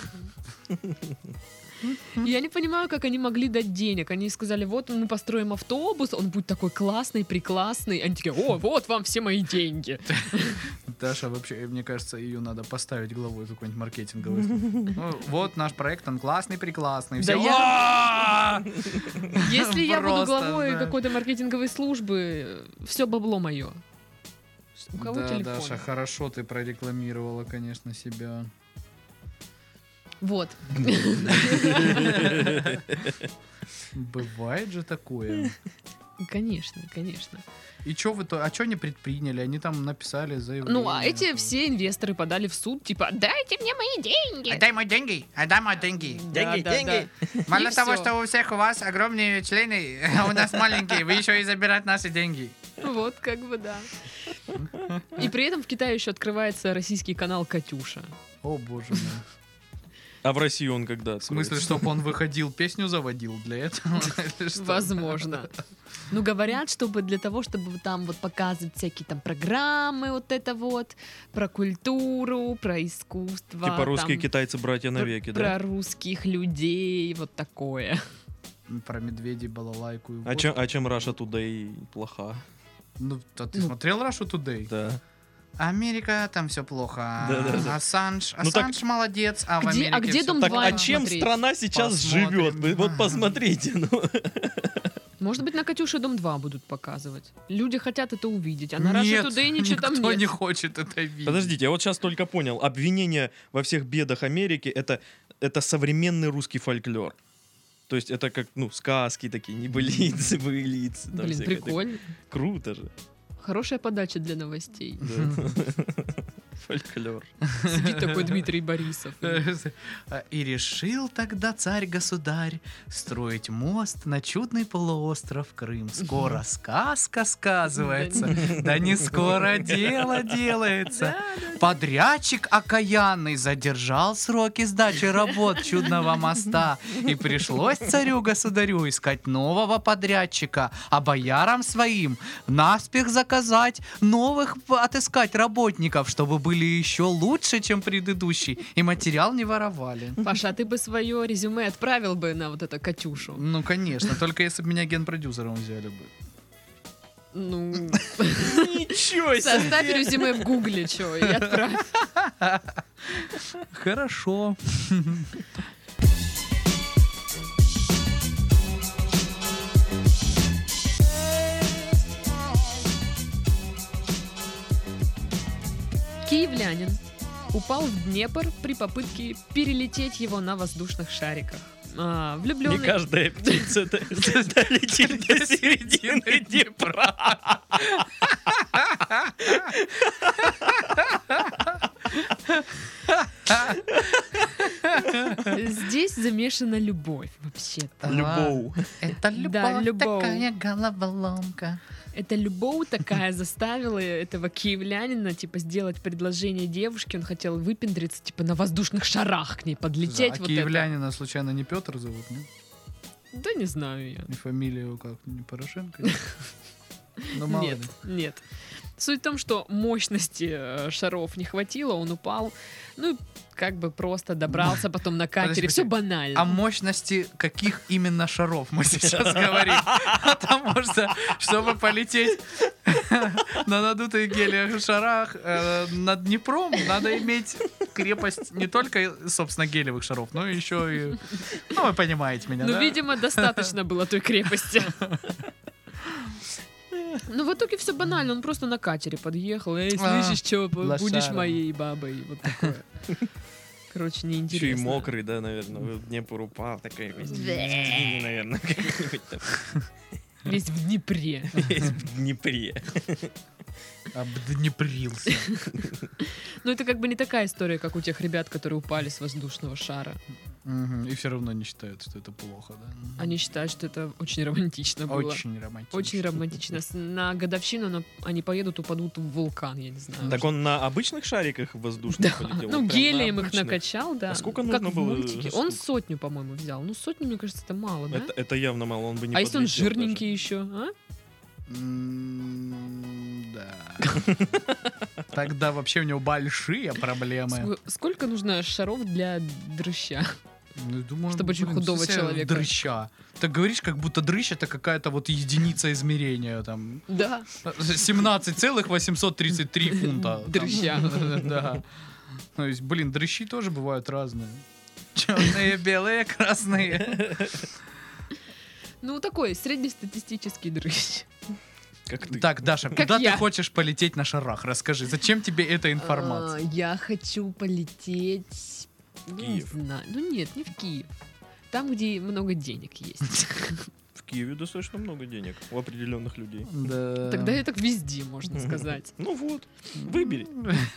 Speaker 2: Я не понимаю, как они могли дать денег. Они сказали, вот мы построим автобус, он будет такой классный, прекрасный. Они такие, о, вот вам все мои деньги.
Speaker 1: Даша, вообще, мне кажется, ее надо поставить главой в какой-нибудь маркетинговый. Ну, вот наш проект, он классный, преклассный.
Speaker 2: Да
Speaker 1: Все,
Speaker 2: я-
Speaker 1: «А-а-а!»
Speaker 2: Если я
Speaker 1: Просто,
Speaker 2: буду главой
Speaker 1: да.
Speaker 2: какой-то маркетинговой службы, все бабло мое. У кого
Speaker 1: Да,
Speaker 2: телефон?
Speaker 1: Даша, хорошо ты прорекламировала, конечно, себя.
Speaker 2: Вот.
Speaker 1: Бывает же такое.
Speaker 2: Конечно, конечно.
Speaker 1: И что вы то, а что они предприняли? Они там написали заявление.
Speaker 2: Ну, а эти все инвесторы подали в суд, типа, дайте мне мои деньги.
Speaker 1: Отдай мои «А деньги, отдай мои деньги.
Speaker 3: Деньги, деньги.
Speaker 1: Мало
Speaker 2: И
Speaker 1: того,
Speaker 2: всё.
Speaker 1: что у всех у вас огромные члены, а у нас маленькие, вы еще и забирать наши деньги.
Speaker 2: да. Вот как бы да. И при этом в Китае еще открывается российский канал Катюша.
Speaker 1: О, боже мой.
Speaker 3: А в России он когда?
Speaker 1: В смысле, чтобы он выходил, песню заводил для этого? или что?
Speaker 2: Возможно. Ну, говорят, чтобы для того, чтобы вот там вот показывать всякие там программы, вот это вот, про культуру, про искусство.
Speaker 3: Типа русские
Speaker 2: там,
Speaker 3: китайцы братья навеки,
Speaker 2: про,
Speaker 3: да?
Speaker 2: про русских людей, вот такое.
Speaker 1: Про медведей, балалайку и
Speaker 3: А
Speaker 1: водку.
Speaker 3: чем, а чем Раша туда и плоха?
Speaker 1: Ну, а ты
Speaker 2: Ну.
Speaker 1: смотрел Russia Today?
Speaker 3: Да.
Speaker 1: Америка, там все плохо.
Speaker 3: Да-да-да.
Speaker 1: Ассанж,
Speaker 3: Ну так-
Speaker 1: Ассанж молодец, а в
Speaker 2: Где- а
Speaker 1: Америке
Speaker 2: где
Speaker 1: всё
Speaker 2: Дом
Speaker 3: Так,
Speaker 1: плохо.
Speaker 3: а
Speaker 2: Вайн
Speaker 3: чем
Speaker 2: смотреть.
Speaker 3: страна сейчас
Speaker 1: Посмотрим.
Speaker 3: живет? Вы Вот посмотрите. ну.
Speaker 2: Может быть, на Катюше дом 2 будут показывать. Люди хотят это увидеть. А на Раше
Speaker 1: Нет,
Speaker 2: Тудей ничего там
Speaker 1: никто
Speaker 2: нет.
Speaker 1: не хочет это видеть.
Speaker 3: Подождите, я вот сейчас только понял. Обвинение во всех бедах Америки это, это современный русский фольклор. То есть это как, ну, сказки такие, небылицы, былицы. там
Speaker 2: Блин,
Speaker 3: всякое такое.
Speaker 2: прикольно.
Speaker 3: Круто же.
Speaker 2: Хорошая подача для новостей.
Speaker 3: да. Фольклор.
Speaker 2: Сидит такой Дмитрий Борисов.
Speaker 3: Э.
Speaker 1: А, И решил тогда царь-государь строить мост на чудный полуостров Крым. Скоро сказка сказывается, да не скоро дело делается. Подрядчик окаянный задержал сроки сдачи работ чудного моста, и пришлось царю-государю искать нового подрядчика, а боярам своим наспех заказать новых п- отыскать работников, чтобы были еще лучше, чем предыдущий, и материал не воровали.
Speaker 2: Паша, а ты бы свое резюме отправил бы на вот это Катюшу.
Speaker 1: Ну, конечно, только если бы меня генпродюсером взяли бы.
Speaker 2: Ну,
Speaker 3: Ничего
Speaker 2: составь резюме в Гугле, что, и отправь.
Speaker 1: Хорошо.
Speaker 2: Киевлянин упал в Днепр при попытке перелететь его на воздушных шариках. А,
Speaker 3: Не
Speaker 2: влюбленный...
Speaker 3: каждая птица до- долетит до середины Днепра.
Speaker 2: Здесь замешана любовь вообще-то.
Speaker 3: А. Любоу.
Speaker 1: Это
Speaker 2: Да, любовь.
Speaker 1: головоломка.
Speaker 2: Это любовь такая заставила этого киевлянина, типа, сделать предложение девушке. Он хотел выпендриться, типа, на воздушных шарах к ней подлететь.
Speaker 1: а
Speaker 2: вот
Speaker 1: киевлянина случайно не Петр зовут, не?
Speaker 2: это. Да не знаю я.
Speaker 1: И фамилия его как? Не Порошенко? Ну, мало
Speaker 2: нет,
Speaker 1: ли.
Speaker 2: нет. Суть в том, что мощности э, шаров не хватило, он упал. Ну, и как бы просто добрался потом на
Speaker 1: Подожди, А
Speaker 2: катере. Все
Speaker 1: подожди.
Speaker 2: банально.
Speaker 1: О мощности каких именно шаров мы сейчас говорим. Потому что, чтобы полететь на надутых гелиях шарах э, над Днепром, надо иметь крепость не только, собственно, гелевых шаров, но еще и... Ну, вы понимаете меня,
Speaker 2: Ну,
Speaker 1: да?
Speaker 2: видимо, достаточно было той крепости. Ну, в итоге все банально, он просто на катере подъехал.
Speaker 1: А,
Speaker 2: Эй, слышишь, что будешь
Speaker 1: лошара.
Speaker 2: моей бабой? Вот такое. Короче, неинтересно.
Speaker 3: Еще и мокрый, да, наверное. в Днепр упал. Такой весь,
Speaker 2: Бэ.
Speaker 3: наверное, какой-нибудь там
Speaker 2: Весь в Днепре.
Speaker 3: весь в Днепре.
Speaker 1: Обднепрился.
Speaker 2: Ну, это как бы не такая история, как у тех ребят, которые упали с воздушного шара.
Speaker 1: Мгм, И все равно не считают, что это плохо, да?
Speaker 2: Они считают, что это очень романтично А было.
Speaker 1: Очень романтично.
Speaker 2: Очень романтично. С- На годовщину на- они поедут, упадут в вулкан, я не знаю.
Speaker 3: Так он на обычных шариках воздушных полетел?
Speaker 2: Ну,
Speaker 3: вот прям на
Speaker 2: гелием их
Speaker 3: обычных?
Speaker 2: накачал, да. Ну,
Speaker 3: А сколько
Speaker 2: Как
Speaker 3: нужно
Speaker 2: в
Speaker 3: было
Speaker 2: мультике. Он
Speaker 3: штук?
Speaker 2: сотню, по-моему, взял. Ну, сотню, мне кажется, это мало, да?
Speaker 3: Это, это явно мало, он бы не
Speaker 2: а если он
Speaker 3: подлетел даже.
Speaker 2: жирненький еще, а?
Speaker 1: М, Да. Тогда вообще у него большие проблемы.
Speaker 2: Ск- Сколько нужно шаров для дрыща?
Speaker 1: Ну, думаю,
Speaker 2: Чтобы очень
Speaker 1: блин,
Speaker 2: худого
Speaker 1: представь,
Speaker 2: человека.
Speaker 1: Дрыща. Ты говоришь, как будто дрыщ это какая-то вот единица измерения. Там
Speaker 2: Да.
Speaker 1: 17,833 фунта. там.
Speaker 2: Дрыща.
Speaker 1: Да. То есть, блин, дрыщи тоже бывают разные. Черные, белые, красные.
Speaker 2: Ну, такой среднестатистический дрыщ.
Speaker 3: Как ты?
Speaker 1: Так, Даша,
Speaker 2: Как
Speaker 1: куда ты
Speaker 2: я.
Speaker 1: хочешь полететь на шарах? Расскажи, зачем тебе эта информация?
Speaker 2: А, Я хочу полететь... Ну, не
Speaker 3: Киев.
Speaker 2: знаю. Ну, нет, не в Киев. Там, где много денег есть.
Speaker 3: В Киеве достаточно много денег у определенных людей.
Speaker 1: Да.
Speaker 2: А, Тогда это везде, можно сказать.
Speaker 3: Ну вот, выбери.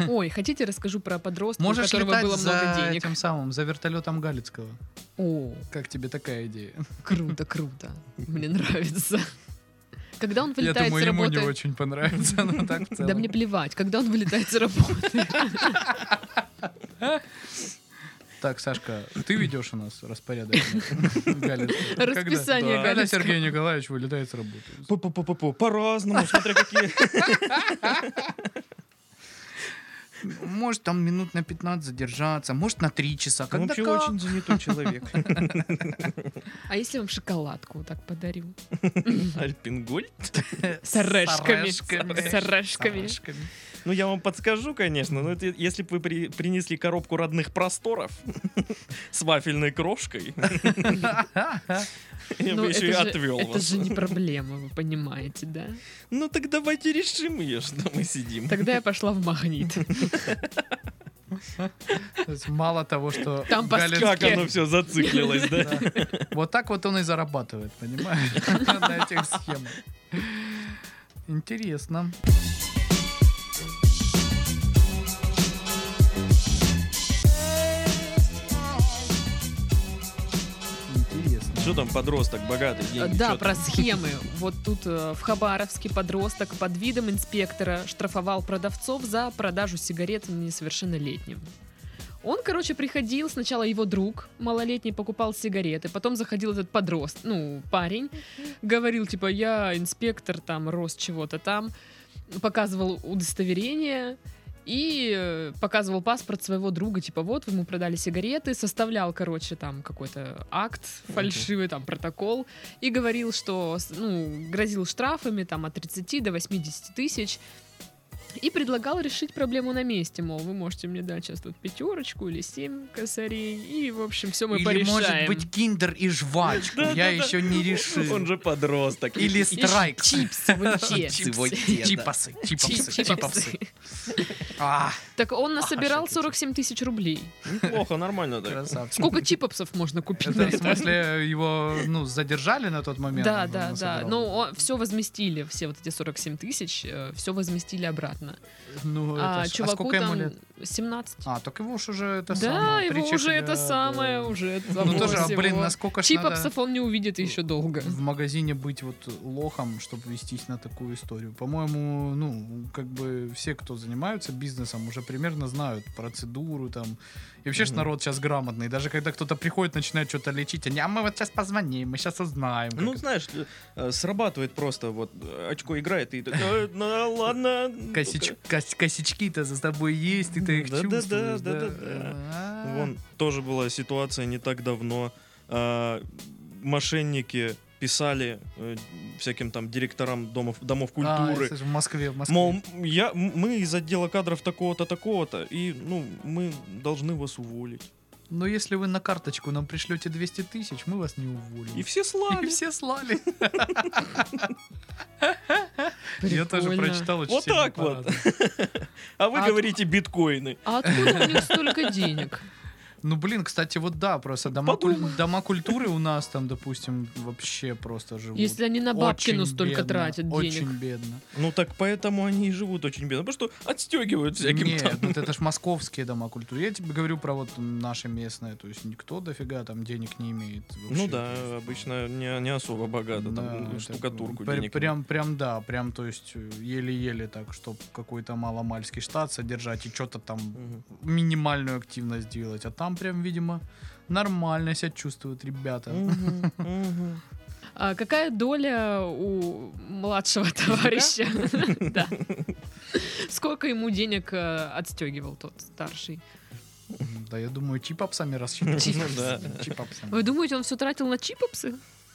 Speaker 2: Ой, хотите, расскажу про подростка, у
Speaker 1: Можешь
Speaker 2: которого
Speaker 1: летать
Speaker 2: было много
Speaker 1: за
Speaker 2: денег.
Speaker 1: тем самым, за вертолетом Галицкого.
Speaker 2: О,
Speaker 1: Как тебе такая идея?
Speaker 2: круто, круто. Мне нравится. Когда он
Speaker 1: Я
Speaker 2: вылетает
Speaker 1: думаю,
Speaker 2: с
Speaker 1: ему
Speaker 2: работы...
Speaker 1: не очень понравится, но так в целом.
Speaker 2: Да мне плевать, когда он вылетает с работы.
Speaker 1: Так, Сашка, ты ведешь у нас распорядок Галицкого. Когда?
Speaker 2: Расписание
Speaker 1: Да. Когда
Speaker 2: Галицкого.
Speaker 1: Сергей Николаевич вылетает с работы.
Speaker 3: По-по-по-по-по. По-разному, смотря какие.
Speaker 1: Может, там минут на 15 задержаться, может, на 3 часа.
Speaker 3: Он
Speaker 1: Когда
Speaker 3: вообще
Speaker 1: как.
Speaker 3: очень занятой человек.
Speaker 2: А если вам шоколадку вот так подарю?
Speaker 3: Альпингольд?
Speaker 2: С орешками.
Speaker 1: С орешками.
Speaker 2: С орешками.
Speaker 1: С орешками.
Speaker 3: Ну, я вам подскажу, конечно, но это если бы вы при- принесли коробку родных просторов с вафельной крошкой, я
Speaker 2: Ну,
Speaker 3: бы
Speaker 2: это
Speaker 3: еще и
Speaker 2: же-
Speaker 3: отвел
Speaker 2: Это
Speaker 3: вас.
Speaker 2: же не проблема, вы понимаете, да?
Speaker 3: Ну так давайте решим ее, что мы сидим.
Speaker 2: Тогда я пошла в магнит.
Speaker 1: То есть мало того, что
Speaker 2: Там по
Speaker 1: Галин-
Speaker 3: Как
Speaker 2: Э.
Speaker 3: оно все зациклилось, да?
Speaker 1: Да. Вот так вот он и зарабатывает, понимаешь? На этих схемах. Интересно. Интересно.
Speaker 3: Что там подросток богатый? деньги,
Speaker 2: Э, Да,
Speaker 3: чё
Speaker 2: про
Speaker 3: там?
Speaker 2: схемы. Вот тут э, в Хабаровске подросток под видом инспектора штрафовал продавцов за продажу сигарет несовершеннолетним. Он, короче, приходил, сначала его друг малолетний покупал сигареты, потом заходил этот подрост, ну, парень, говорил, типа, я инспектор, там, рост чего-то там, показывал удостоверение и э, показывал паспорт своего друга, типа, вот, вы ему продали сигареты, составлял, короче, там, какой-то акт
Speaker 3: Мгм.
Speaker 2: фальшивый, там, протокол, и говорил, что, с- ну, грозил штрафами, там, от 30 до 80 тысяч, и предлагал решить проблему на месте, мол, вы можете мне дать сейчас тут пятерочку или семь косарей, и, в общем, все мы
Speaker 1: Или
Speaker 2: порешаем.
Speaker 1: может быть киндер и жвачку.
Speaker 3: Да,
Speaker 1: Я
Speaker 3: да, да.
Speaker 1: еще не решил.
Speaker 3: Он же подросток.
Speaker 1: Или
Speaker 2: И
Speaker 1: страйк.
Speaker 2: Типа чипсы, вы че?
Speaker 3: Чипсы.
Speaker 1: Чипсы. Чипсы. Чипсы.
Speaker 2: Чипсы.
Speaker 1: Чипсы. А,
Speaker 2: Так он насобирал
Speaker 1: шутите.
Speaker 2: 47 тысяч рублей.
Speaker 3: Неплохо, нормально так.
Speaker 1: красавчик.
Speaker 2: Сколько чипопсов можно купить на
Speaker 1: Это в
Speaker 2: это?
Speaker 1: смысле его, ну, задержали на тот момент?
Speaker 2: Да,
Speaker 1: он
Speaker 2: да, да. Ну,
Speaker 1: насобирал?
Speaker 2: Но все возместили, все вот эти 47 тысяч, все возместили обратно.
Speaker 1: Ну, это
Speaker 2: А
Speaker 1: ж- а
Speaker 2: чуваку
Speaker 1: сколько ему лет?
Speaker 2: там 17.
Speaker 1: А, так его уж уже это
Speaker 2: Да,
Speaker 1: самое.
Speaker 2: его
Speaker 1: причек,
Speaker 2: уже
Speaker 1: да,
Speaker 2: это самое,
Speaker 1: да.
Speaker 2: уже
Speaker 1: Ну
Speaker 2: того
Speaker 1: тоже, а, блин,
Speaker 2: всего.
Speaker 1: насколько ж надо
Speaker 2: Чипопсов он не увидит еще долго.
Speaker 1: в магазине быть вот лохом, чтобы вестись на такую историю. По-моему, ну, как бы все, кто занимаются бизнесом, уже примерно знают процедуру там. И вообще ж
Speaker 3: Мгм.
Speaker 1: народ сейчас грамотный. Даже когда кто-то приходит, начинает что-то лечить, они, а мы вот сейчас позвоним, мы сейчас узнаем.
Speaker 3: Ну,
Speaker 1: как
Speaker 3: знаешь, э, срабатывает просто, вот, э, очко играет, и ты такой, «Э, ну ладно. ну-ка».
Speaker 1: Косяч- кос- косячки-то за тобой есть, ты-то их
Speaker 3: Да-да-да,
Speaker 1: чувствуешь.
Speaker 3: да-да-да.
Speaker 1: А.
Speaker 3: Вон, тоже была ситуация не так давно. А, мошенники писали э, всяким там директорам домов, домов
Speaker 1: А,
Speaker 3: культуры,
Speaker 1: это же в Москве, в Москве.
Speaker 3: Мол, я, м- мы из отдела кадров такого-то, такого-то, и, ну, мы должны вас уволить.
Speaker 1: Но если вы на карточку нам пришлете 200 тысяч, мы вас не уволим.
Speaker 3: И все слали.
Speaker 1: И все слали. Я тоже
Speaker 2: Прикольно.
Speaker 1: прочитал очень
Speaker 3: Вот
Speaker 1: сильно
Speaker 3: так вот.
Speaker 1: порадовал.
Speaker 3: А вы
Speaker 2: А
Speaker 3: говорите биткоины.
Speaker 2: А откуда у них столько денег?
Speaker 1: Ну, блин, кстати, вот да, просто дома, куль-
Speaker 3: Подумай.
Speaker 1: дома культуры у нас там, допустим, вообще просто живут.
Speaker 2: Если они на
Speaker 1: Очень
Speaker 2: Бабкину столько
Speaker 1: бедно,
Speaker 2: тратят денег.
Speaker 1: Очень бедно.
Speaker 3: Ну так поэтому они и живут очень бедно, потому что отстегивают всяким
Speaker 1: Нет,
Speaker 3: там.
Speaker 1: вот это ж московские дома культуры. Я тебе говорю про вот наши местные, то есть никто дофига там денег не имеет. вообще.
Speaker 3: Ну да, обычно не, не особо богато,
Speaker 1: Да,
Speaker 3: там ну,
Speaker 1: это
Speaker 3: штукатурку
Speaker 1: пр-
Speaker 3: денег.
Speaker 1: Прям, прям, да, прям, то есть э, еле-еле так, чтобы какой-то маломальский штат содержать и что-то там
Speaker 3: Мгм.
Speaker 1: минимальную активность делать. А там прям, видимо, нормально себя чувствуют ребята.
Speaker 3: Мгм, мгм.
Speaker 2: А какая доля у младшего товарища? Да. Сколько ему денег э, отстегивал тот старший?
Speaker 1: Да, я думаю, чипапсами рассчитывают.
Speaker 3: Ну да.
Speaker 1: Чипапсами.
Speaker 2: Вы думаете, он все тратил на чипопсы?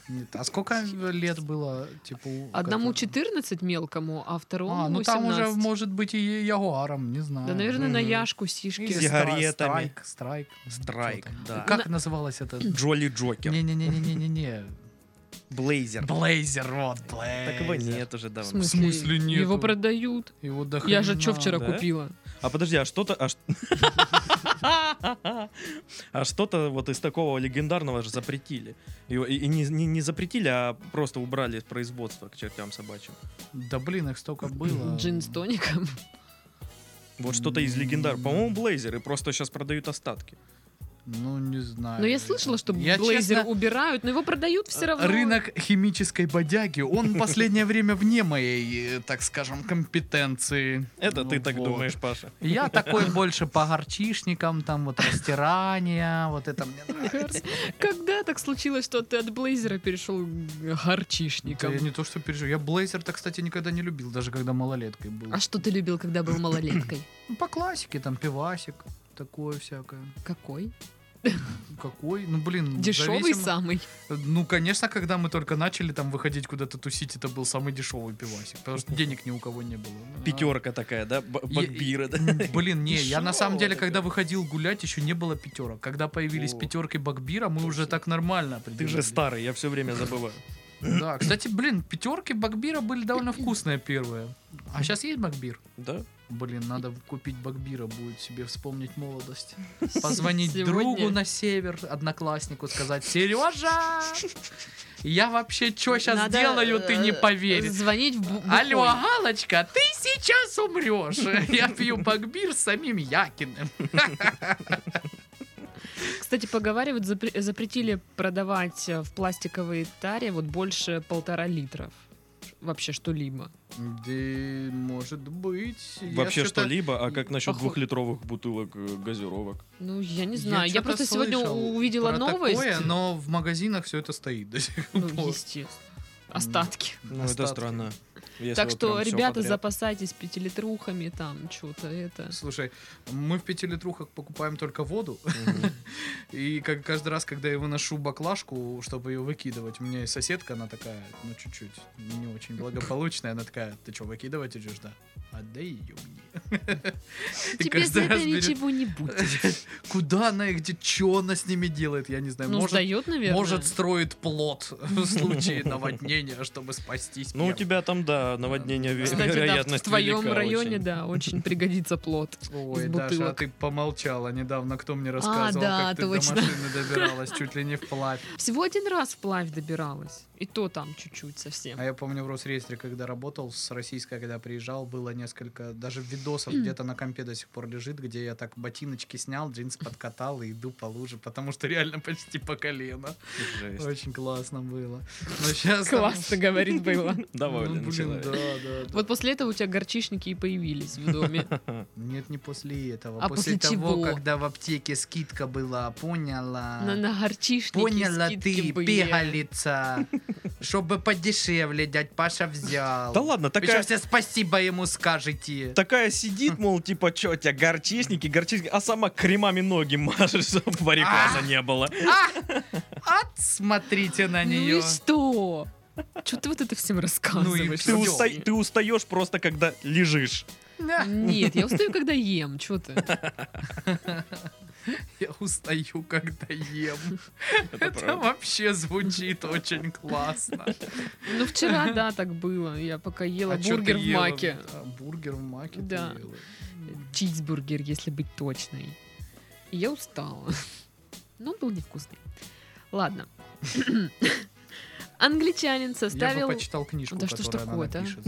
Speaker 1: Нет, А сколько лет было, типа... у
Speaker 2: Одному
Speaker 1: которого?
Speaker 2: 14 мелкому, а второму
Speaker 1: А, ну там уже
Speaker 2: 18.
Speaker 1: может быть и ягуаром, не знаю.
Speaker 2: Да, наверное, на
Speaker 3: Мгм.
Speaker 2: яшку
Speaker 1: И
Speaker 2: сишки.
Speaker 1: стра-
Speaker 3: Сигаретами.
Speaker 1: Страйк, страйк.
Speaker 3: Страйк,
Speaker 1: Чё там?
Speaker 3: да.
Speaker 1: Как называлось это?
Speaker 3: Джоли Джокер.
Speaker 1: Не-не-не-не-не-не.
Speaker 3: Блейзер.
Speaker 1: Блейзер, вот,
Speaker 3: Так
Speaker 1: блейзер.
Speaker 3: его нет уже
Speaker 2: В
Speaker 3: давно.
Speaker 2: смысле?
Speaker 1: В смысле нету?
Speaker 2: Его продают.
Speaker 1: Его до
Speaker 2: Я же
Speaker 1: хрена.
Speaker 2: что вчера
Speaker 3: да?
Speaker 2: купила?
Speaker 3: А подожди, а что-то... а ш- А что-то вот из такого легендарного же запретили. Его- И, и не, не- не запретили, а просто убрали из производства к чертям собачьим.
Speaker 1: Да блин, их столько было.
Speaker 2: Джин с тоником.
Speaker 3: Вот что-то из легендар. По-моему, блейзеры просто сейчас продают остатки.
Speaker 1: Ну, не знаю.
Speaker 2: Но я слышала, что
Speaker 1: Я,
Speaker 2: блейзер
Speaker 1: честно, А,
Speaker 2: убирают, но его продают все равно.
Speaker 1: Рынок химической бодяги, он в последнее время вне моей, э, так скажем, компетенции.
Speaker 3: Это
Speaker 1: Ну
Speaker 3: ты так
Speaker 1: вот.
Speaker 3: думаешь, Паша.
Speaker 1: Я такой больше по горчишникам, там вот растирания, вот это мне нравится.
Speaker 2: Когда так случилось, что ты от блейзера перешел к
Speaker 1: Да
Speaker 2: горчишникам?
Speaker 1: Я не то что переживаю. Я блейзер-то, кстати, никогда не любил, даже когда малолеткой был.
Speaker 2: А что ты любил, когда был малолеткой?
Speaker 1: Ну, По классике, там пивасик, такое всякое.
Speaker 2: Какой?
Speaker 1: Какой? Ну, блин,
Speaker 2: Дешевый
Speaker 1: зависимо.
Speaker 2: самый.
Speaker 1: Ну, конечно, когда мы только начали там выходить куда-то тусить, это был самый дешевый пивасик, потому что денег ни у кого не было. А.
Speaker 3: Пятерка такая, да? Б-
Speaker 1: Я-
Speaker 3: Бакбира, да?
Speaker 1: М, Блин, не, я на самом
Speaker 3: Дешёво
Speaker 1: деле,
Speaker 3: такое.
Speaker 1: когда выходил гулять, еще не было пятерок. Когда появились
Speaker 3: О.
Speaker 1: пятерки Бакбира, мы уже
Speaker 3: Точно.
Speaker 1: так нормально
Speaker 3: Ты же
Speaker 1: определили.
Speaker 3: старый, я все время забываю.
Speaker 1: Да, кстати, блин, пятерки Бакбира были довольно вкусные первые. А сейчас есть Бакбир?
Speaker 3: Да?
Speaker 1: Блин, надо купить Бакбира, будет себе вспомнить молодость. Позвонить
Speaker 2: Сегодня-
Speaker 1: другу на север, однокласснику, сказать, Сережа, я вообще что сейчас
Speaker 2: Надо,
Speaker 1: делаю, ты не
Speaker 2: э,
Speaker 1: поверишь.
Speaker 2: Звонить в бу-
Speaker 1: Алло,
Speaker 2: бухой.
Speaker 1: Галочка, ты сейчас умрешь. Я пью Бакбир с самим Якиным.
Speaker 2: Кстати, поговаривают, запре- запретили продавать э, в пластиковой таре вот больше полтора литров. Вообще что-либо.
Speaker 1: Да, может быть. Я
Speaker 3: Вообще
Speaker 1: что-то-
Speaker 3: что-либо, а как насчет
Speaker 2: Похо-
Speaker 3: двухлитровых бутылок э, газировок?
Speaker 2: Ну, я не знаю. Я,
Speaker 1: чё-то
Speaker 2: просто сегодня
Speaker 1: слышал
Speaker 2: у- увидела
Speaker 1: про
Speaker 2: новость.
Speaker 1: Такое, но в магазинах все это стоит до сих
Speaker 2: Ну,
Speaker 1: пор.
Speaker 2: естественно. Остатки.
Speaker 3: Ну,
Speaker 1: Остатки.
Speaker 3: это странно. Если
Speaker 2: так
Speaker 3: вот
Speaker 2: что,
Speaker 3: прям всё
Speaker 2: ребята,
Speaker 3: подряд.
Speaker 2: запасайтесь пятилитрухами, там, что-то это.
Speaker 1: Слушай, мы в пятилитрухах покупаем только воду,
Speaker 3: Мгм.
Speaker 1: и как каждый раз, когда я выношу баклажку, чтобы ее выкидывать, у меня есть соседка, она такая, ну чуть-чуть, не очень благополучная, она такая, ты что, выкидывать идешь, да? Отдай ее мне. И
Speaker 2: Тебе за
Speaker 1: каждый
Speaker 2: это
Speaker 1: раз берет-
Speaker 2: ничего не будет.
Speaker 1: Куда она их, где, что она с ними делает, я не знаю.
Speaker 2: Ну,
Speaker 1: Может,
Speaker 2: сдает, наверное.
Speaker 1: может, строит плод в случае наводнения, чтобы спастись.
Speaker 3: Ну, у
Speaker 1: первым.
Speaker 2: типа,
Speaker 3: тебя там, да, наводнение ве-
Speaker 2: Кстати, да, в- в
Speaker 3: вероятность
Speaker 2: твоем
Speaker 3: велика
Speaker 2: районе,
Speaker 3: очень.
Speaker 2: да, очень пригодится плод.
Speaker 1: Ой,
Speaker 2: из
Speaker 1: Даша, а
Speaker 2: бутылок.
Speaker 1: ты помолчала недавно, кто мне рассказывал,
Speaker 2: А, да,
Speaker 1: как ты
Speaker 2: точно.
Speaker 1: до машины добиралась, чуть ли не вплавь.
Speaker 2: Всего один раз вплавь добиралась. И то там чуть-чуть совсем.
Speaker 1: А я помню в Росреестре, когда работал с российской, когда приезжал, было несколько, даже видосов где-то на компе до сих пор лежит, где я так ботиночки снял, джинсы подкатал и иду по луже, потому что реально почти по колено.
Speaker 3: Жесть.
Speaker 1: Очень классно было. Но сейчас...
Speaker 2: Классно, говорит было.
Speaker 3: Давай, Оля,
Speaker 1: ну, блин,
Speaker 3: начинай.
Speaker 1: да, да, да.
Speaker 2: Вот после этого у тебя горчишники и появились в доме.
Speaker 1: Нет, не после этого.
Speaker 2: А
Speaker 1: после,
Speaker 2: после
Speaker 1: того,
Speaker 2: чего?
Speaker 1: когда в аптеке скидка была, поняла.
Speaker 2: На, на горчишники
Speaker 1: А. Поняла
Speaker 2: скидки
Speaker 1: ты,
Speaker 2: были.
Speaker 1: пигалица. Чтобы подешевле дядь Паша взял.
Speaker 3: Да ладно, такая...
Speaker 1: Причем все спасибо ему скажете.
Speaker 3: Такая сидит, мол, типа, чё, у тебя горчишники, горчишники, а сама кремами ноги мажешь, чтобы варикоза
Speaker 1: А!
Speaker 3: не было.
Speaker 1: А! От, смотрите на
Speaker 2: Ну
Speaker 1: нее.
Speaker 2: и что? Че ты вот это всем рассказываешь?
Speaker 3: Ты,
Speaker 1: Всё.
Speaker 3: уста- ты устаешь просто, когда лежишь.
Speaker 2: Нет, я устаю, когда ем. Че ты?
Speaker 1: Я устаю, когда ем. Это
Speaker 3: правда.
Speaker 1: вообще звучит очень классно.
Speaker 2: Ну, вчера, да, так было. Я пока ела
Speaker 1: А чё ты
Speaker 2: бургер в
Speaker 1: ела?
Speaker 2: маке.
Speaker 1: Да, бургер в маке ты
Speaker 2: Да.
Speaker 1: ела.
Speaker 2: Чизбургер, если быть точной. И я устала. Но он был невкусный. Ладно. Англичанин
Speaker 1: Я
Speaker 2: составил...
Speaker 1: бы почитал книжку,
Speaker 2: Да что ж
Speaker 1: которую она
Speaker 2: такое-то, а?
Speaker 1: напишет.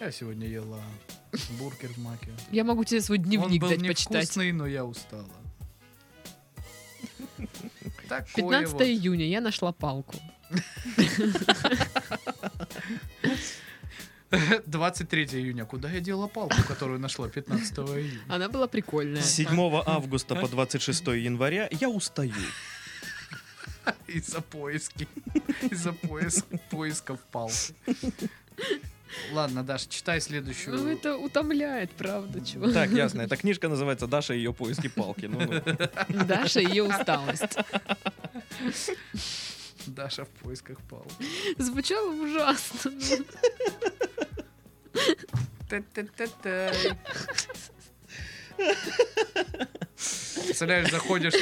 Speaker 1: Я сегодня ела бургер в маке.
Speaker 2: Я могу тебе свой дневник
Speaker 1: Он был
Speaker 2: дать почитать.
Speaker 1: невкусный, но я устала. Такое
Speaker 2: 15
Speaker 1: вот.
Speaker 2: июня я нашла палку.
Speaker 1: 23 июня. Куда я дела палку, которую нашла 15 июня?
Speaker 2: Она была прикольная.
Speaker 3: 7 августа по 26 января я устаю.
Speaker 1: Из-за поиски. Из-за поис- поисков палки. Ладно, Даша, читай
Speaker 2: Ну,
Speaker 1: следующую.
Speaker 2: это утомляет, правда, чего.
Speaker 3: Так, ясно. Эта книжка называется «Даша и ее поиски палки». Ну, ну.
Speaker 2: Даша и ее усталость.
Speaker 1: Даша в поисках палки.
Speaker 2: Звучало ужасно.
Speaker 1: Та-та-та-та. Представляешь, заходишь,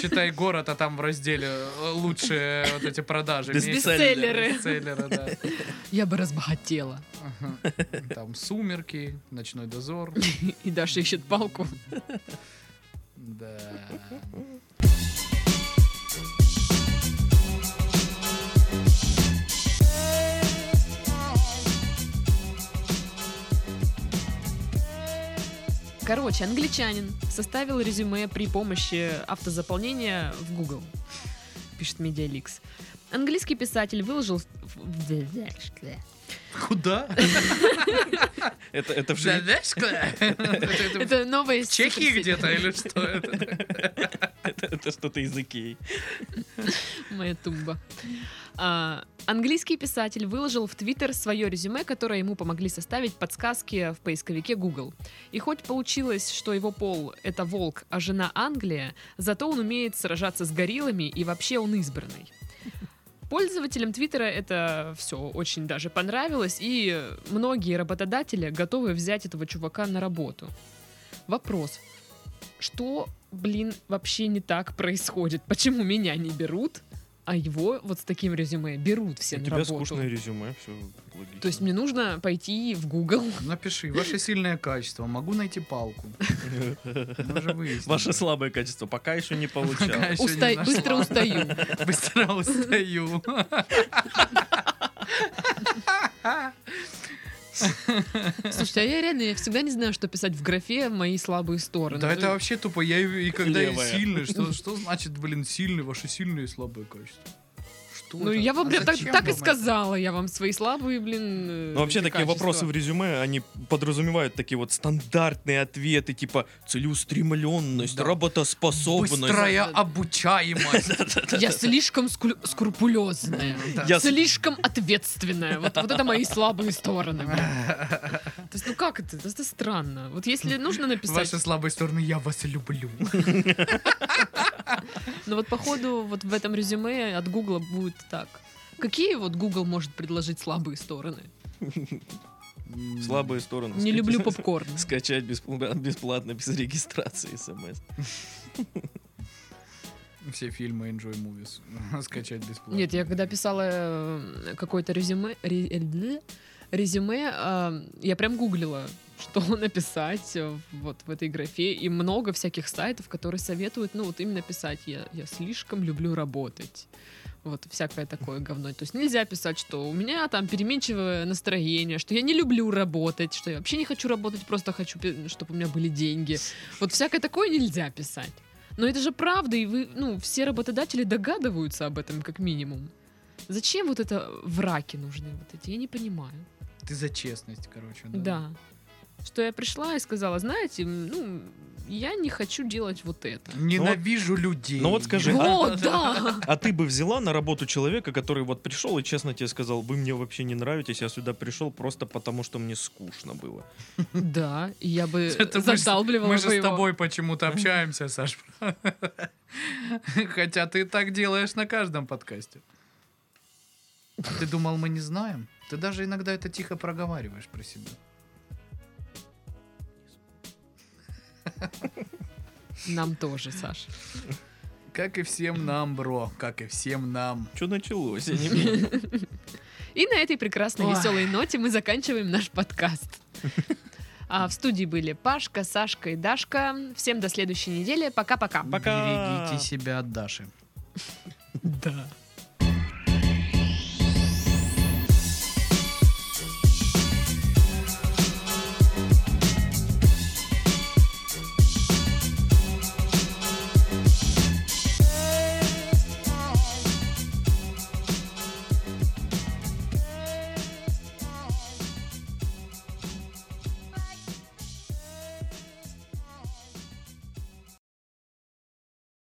Speaker 1: читай город, а там в разделе э, лучшие вот эти продажи.
Speaker 3: Без-
Speaker 1: месяца.
Speaker 2: Бестселлеры.
Speaker 1: Бестселлеры, да.
Speaker 2: Я бы разбогатела.
Speaker 1: Ага. Там сумерки, ночной дозор.
Speaker 2: И Даша ищет палку.
Speaker 1: Да.
Speaker 2: Короче, англичанин составил резюме при помощи автозаполнения в Google, пишет Медиаликс. Английский писатель выложил... в- в-
Speaker 1: Куда?
Speaker 3: Это, это в Шве-
Speaker 1: Это
Speaker 2: Это новая
Speaker 1: в Чехии
Speaker 2: стихи-
Speaker 1: где-то или что это?
Speaker 3: это- Это что-то из Икеи.
Speaker 2: Моя тумба. А, английский писатель выложил в Твиттер свое резюме, которое ему помогли составить подсказки в поисковике Google. И хоть получилось, что его пол — это волк, а жена Англия, зато он умеет сражаться с гориллами, и вообще он избранный. Пользователям Твиттера это все очень даже понравилось, и многие работодатели готовы взять этого чувака на работу. Вопрос. Что, блин, вообще не так происходит? Почему меня не берут, а его вот с таким резюме берут все
Speaker 3: У
Speaker 2: на
Speaker 3: тебя
Speaker 2: работу?
Speaker 3: скучное резюме, все логично.
Speaker 2: То есть мне нужно пойти в Google.
Speaker 1: Напиши, ваше сильное качество, могу найти палку. Мы же выяснили.
Speaker 3: Ваше слабое качество пока еще не
Speaker 1: Пока
Speaker 3: получал.
Speaker 1: еще не
Speaker 2: Уста-
Speaker 1: нашла.
Speaker 2: Быстро устаю.
Speaker 1: Быстро устаю.
Speaker 2: Слушайте, а я реально я всегда не знаю, что писать в графе мои слабые стороны.
Speaker 1: Да
Speaker 2: Ну,
Speaker 1: это вообще тупо. Я и и когда я
Speaker 3: Левая.
Speaker 1: сильный, что, что значит, блин, сильный, ваши сильные и слабые качества? Что
Speaker 2: Ну,
Speaker 1: это?
Speaker 2: я вам
Speaker 1: А
Speaker 2: прям так,
Speaker 1: зачем
Speaker 2: так и
Speaker 1: вам это? Ну,
Speaker 2: сказала. Я вам свои слабые, блин. э,
Speaker 3: Но вообще такие
Speaker 2: качества.
Speaker 3: вопросы в резюме, они подразумевают такие вот стандартные ответы, типа целеустремленность,
Speaker 1: Да.
Speaker 3: работоспособность.
Speaker 1: Быстрая
Speaker 2: Да-да-да.
Speaker 1: обучаемость.
Speaker 2: Я слишком скру- скрупулезная.
Speaker 1: Да.
Speaker 3: Я с-
Speaker 2: Слишком ответственная. Вот, вот это мои слабые стороны. блин. То есть, ну как это? Это странно. Вот если нужно написать,
Speaker 1: Ваши слабые стороны, я вас люблю.
Speaker 2: но ну вот походу вот в этом резюме от Гугла будет так. Какие вот Google может предложить слабые стороны?
Speaker 3: Слабые
Speaker 1: Ну,
Speaker 3: стороны.
Speaker 2: Не люблю попкорн.
Speaker 3: Скачать беспл- бесплатно, без регистрации смс.
Speaker 1: Все фильмы Enjoy Movies. Скачать бесплатно.
Speaker 2: Нет, я когда писала э, какое-то резюме, ре- э, бля, резюме, э, я прям гуглила, что написать э, вот в этой графе, и много всяких сайтов, которые советуют, ну вот именно писать, я, я слишком люблю работать. Вот всякое такое говно. То есть нельзя писать, что у меня там переменчивое настроение, что я не люблю работать, что я вообще не хочу работать, просто хочу, чтобы у меня были деньги. Вот всякое такое нельзя писать. Но это же правда, и вы, ну, все работодатели догадываются об этом, как минимум. Зачем вот это враки нужны вот эти? Я не понимаю.
Speaker 1: Ты за честность, короче.
Speaker 2: Да. Что я пришла и сказала, знаете, м, ну, я не хочу делать вот это.
Speaker 1: Ненавижу людей.
Speaker 3: ну вот скажи, а-
Speaker 2: О, да!
Speaker 3: А ты бы взяла на работу человека, который вот пришел и честно тебе сказал, вы мне вообще не нравитесь, я сюда пришел просто потому, что мне скучно было.
Speaker 2: Да, и я бы
Speaker 1: Это мы ж-
Speaker 2: задалбливала
Speaker 1: Мы же
Speaker 2: бы
Speaker 1: с
Speaker 2: его.
Speaker 1: тобой почему-то общаемся, Саш. Хотя ты так делаешь на каждом подкасте. Ты думал, мы не знаем? Ты даже иногда это тихо проговариваешь про себя.
Speaker 2: Нам тоже, Саш.
Speaker 1: Как и всем нам, бро. Как и всем нам.
Speaker 3: Что началось? Я не понимаю.
Speaker 2: И на этой прекрасной
Speaker 1: Ой.
Speaker 2: веселой ноте мы заканчиваем наш подкаст. А в студии были Пашка, Сашка и Дашка. Всем до следующей недели. Пока-пока.
Speaker 3: Пока.
Speaker 1: Берегите себя от Даши.
Speaker 2: Да.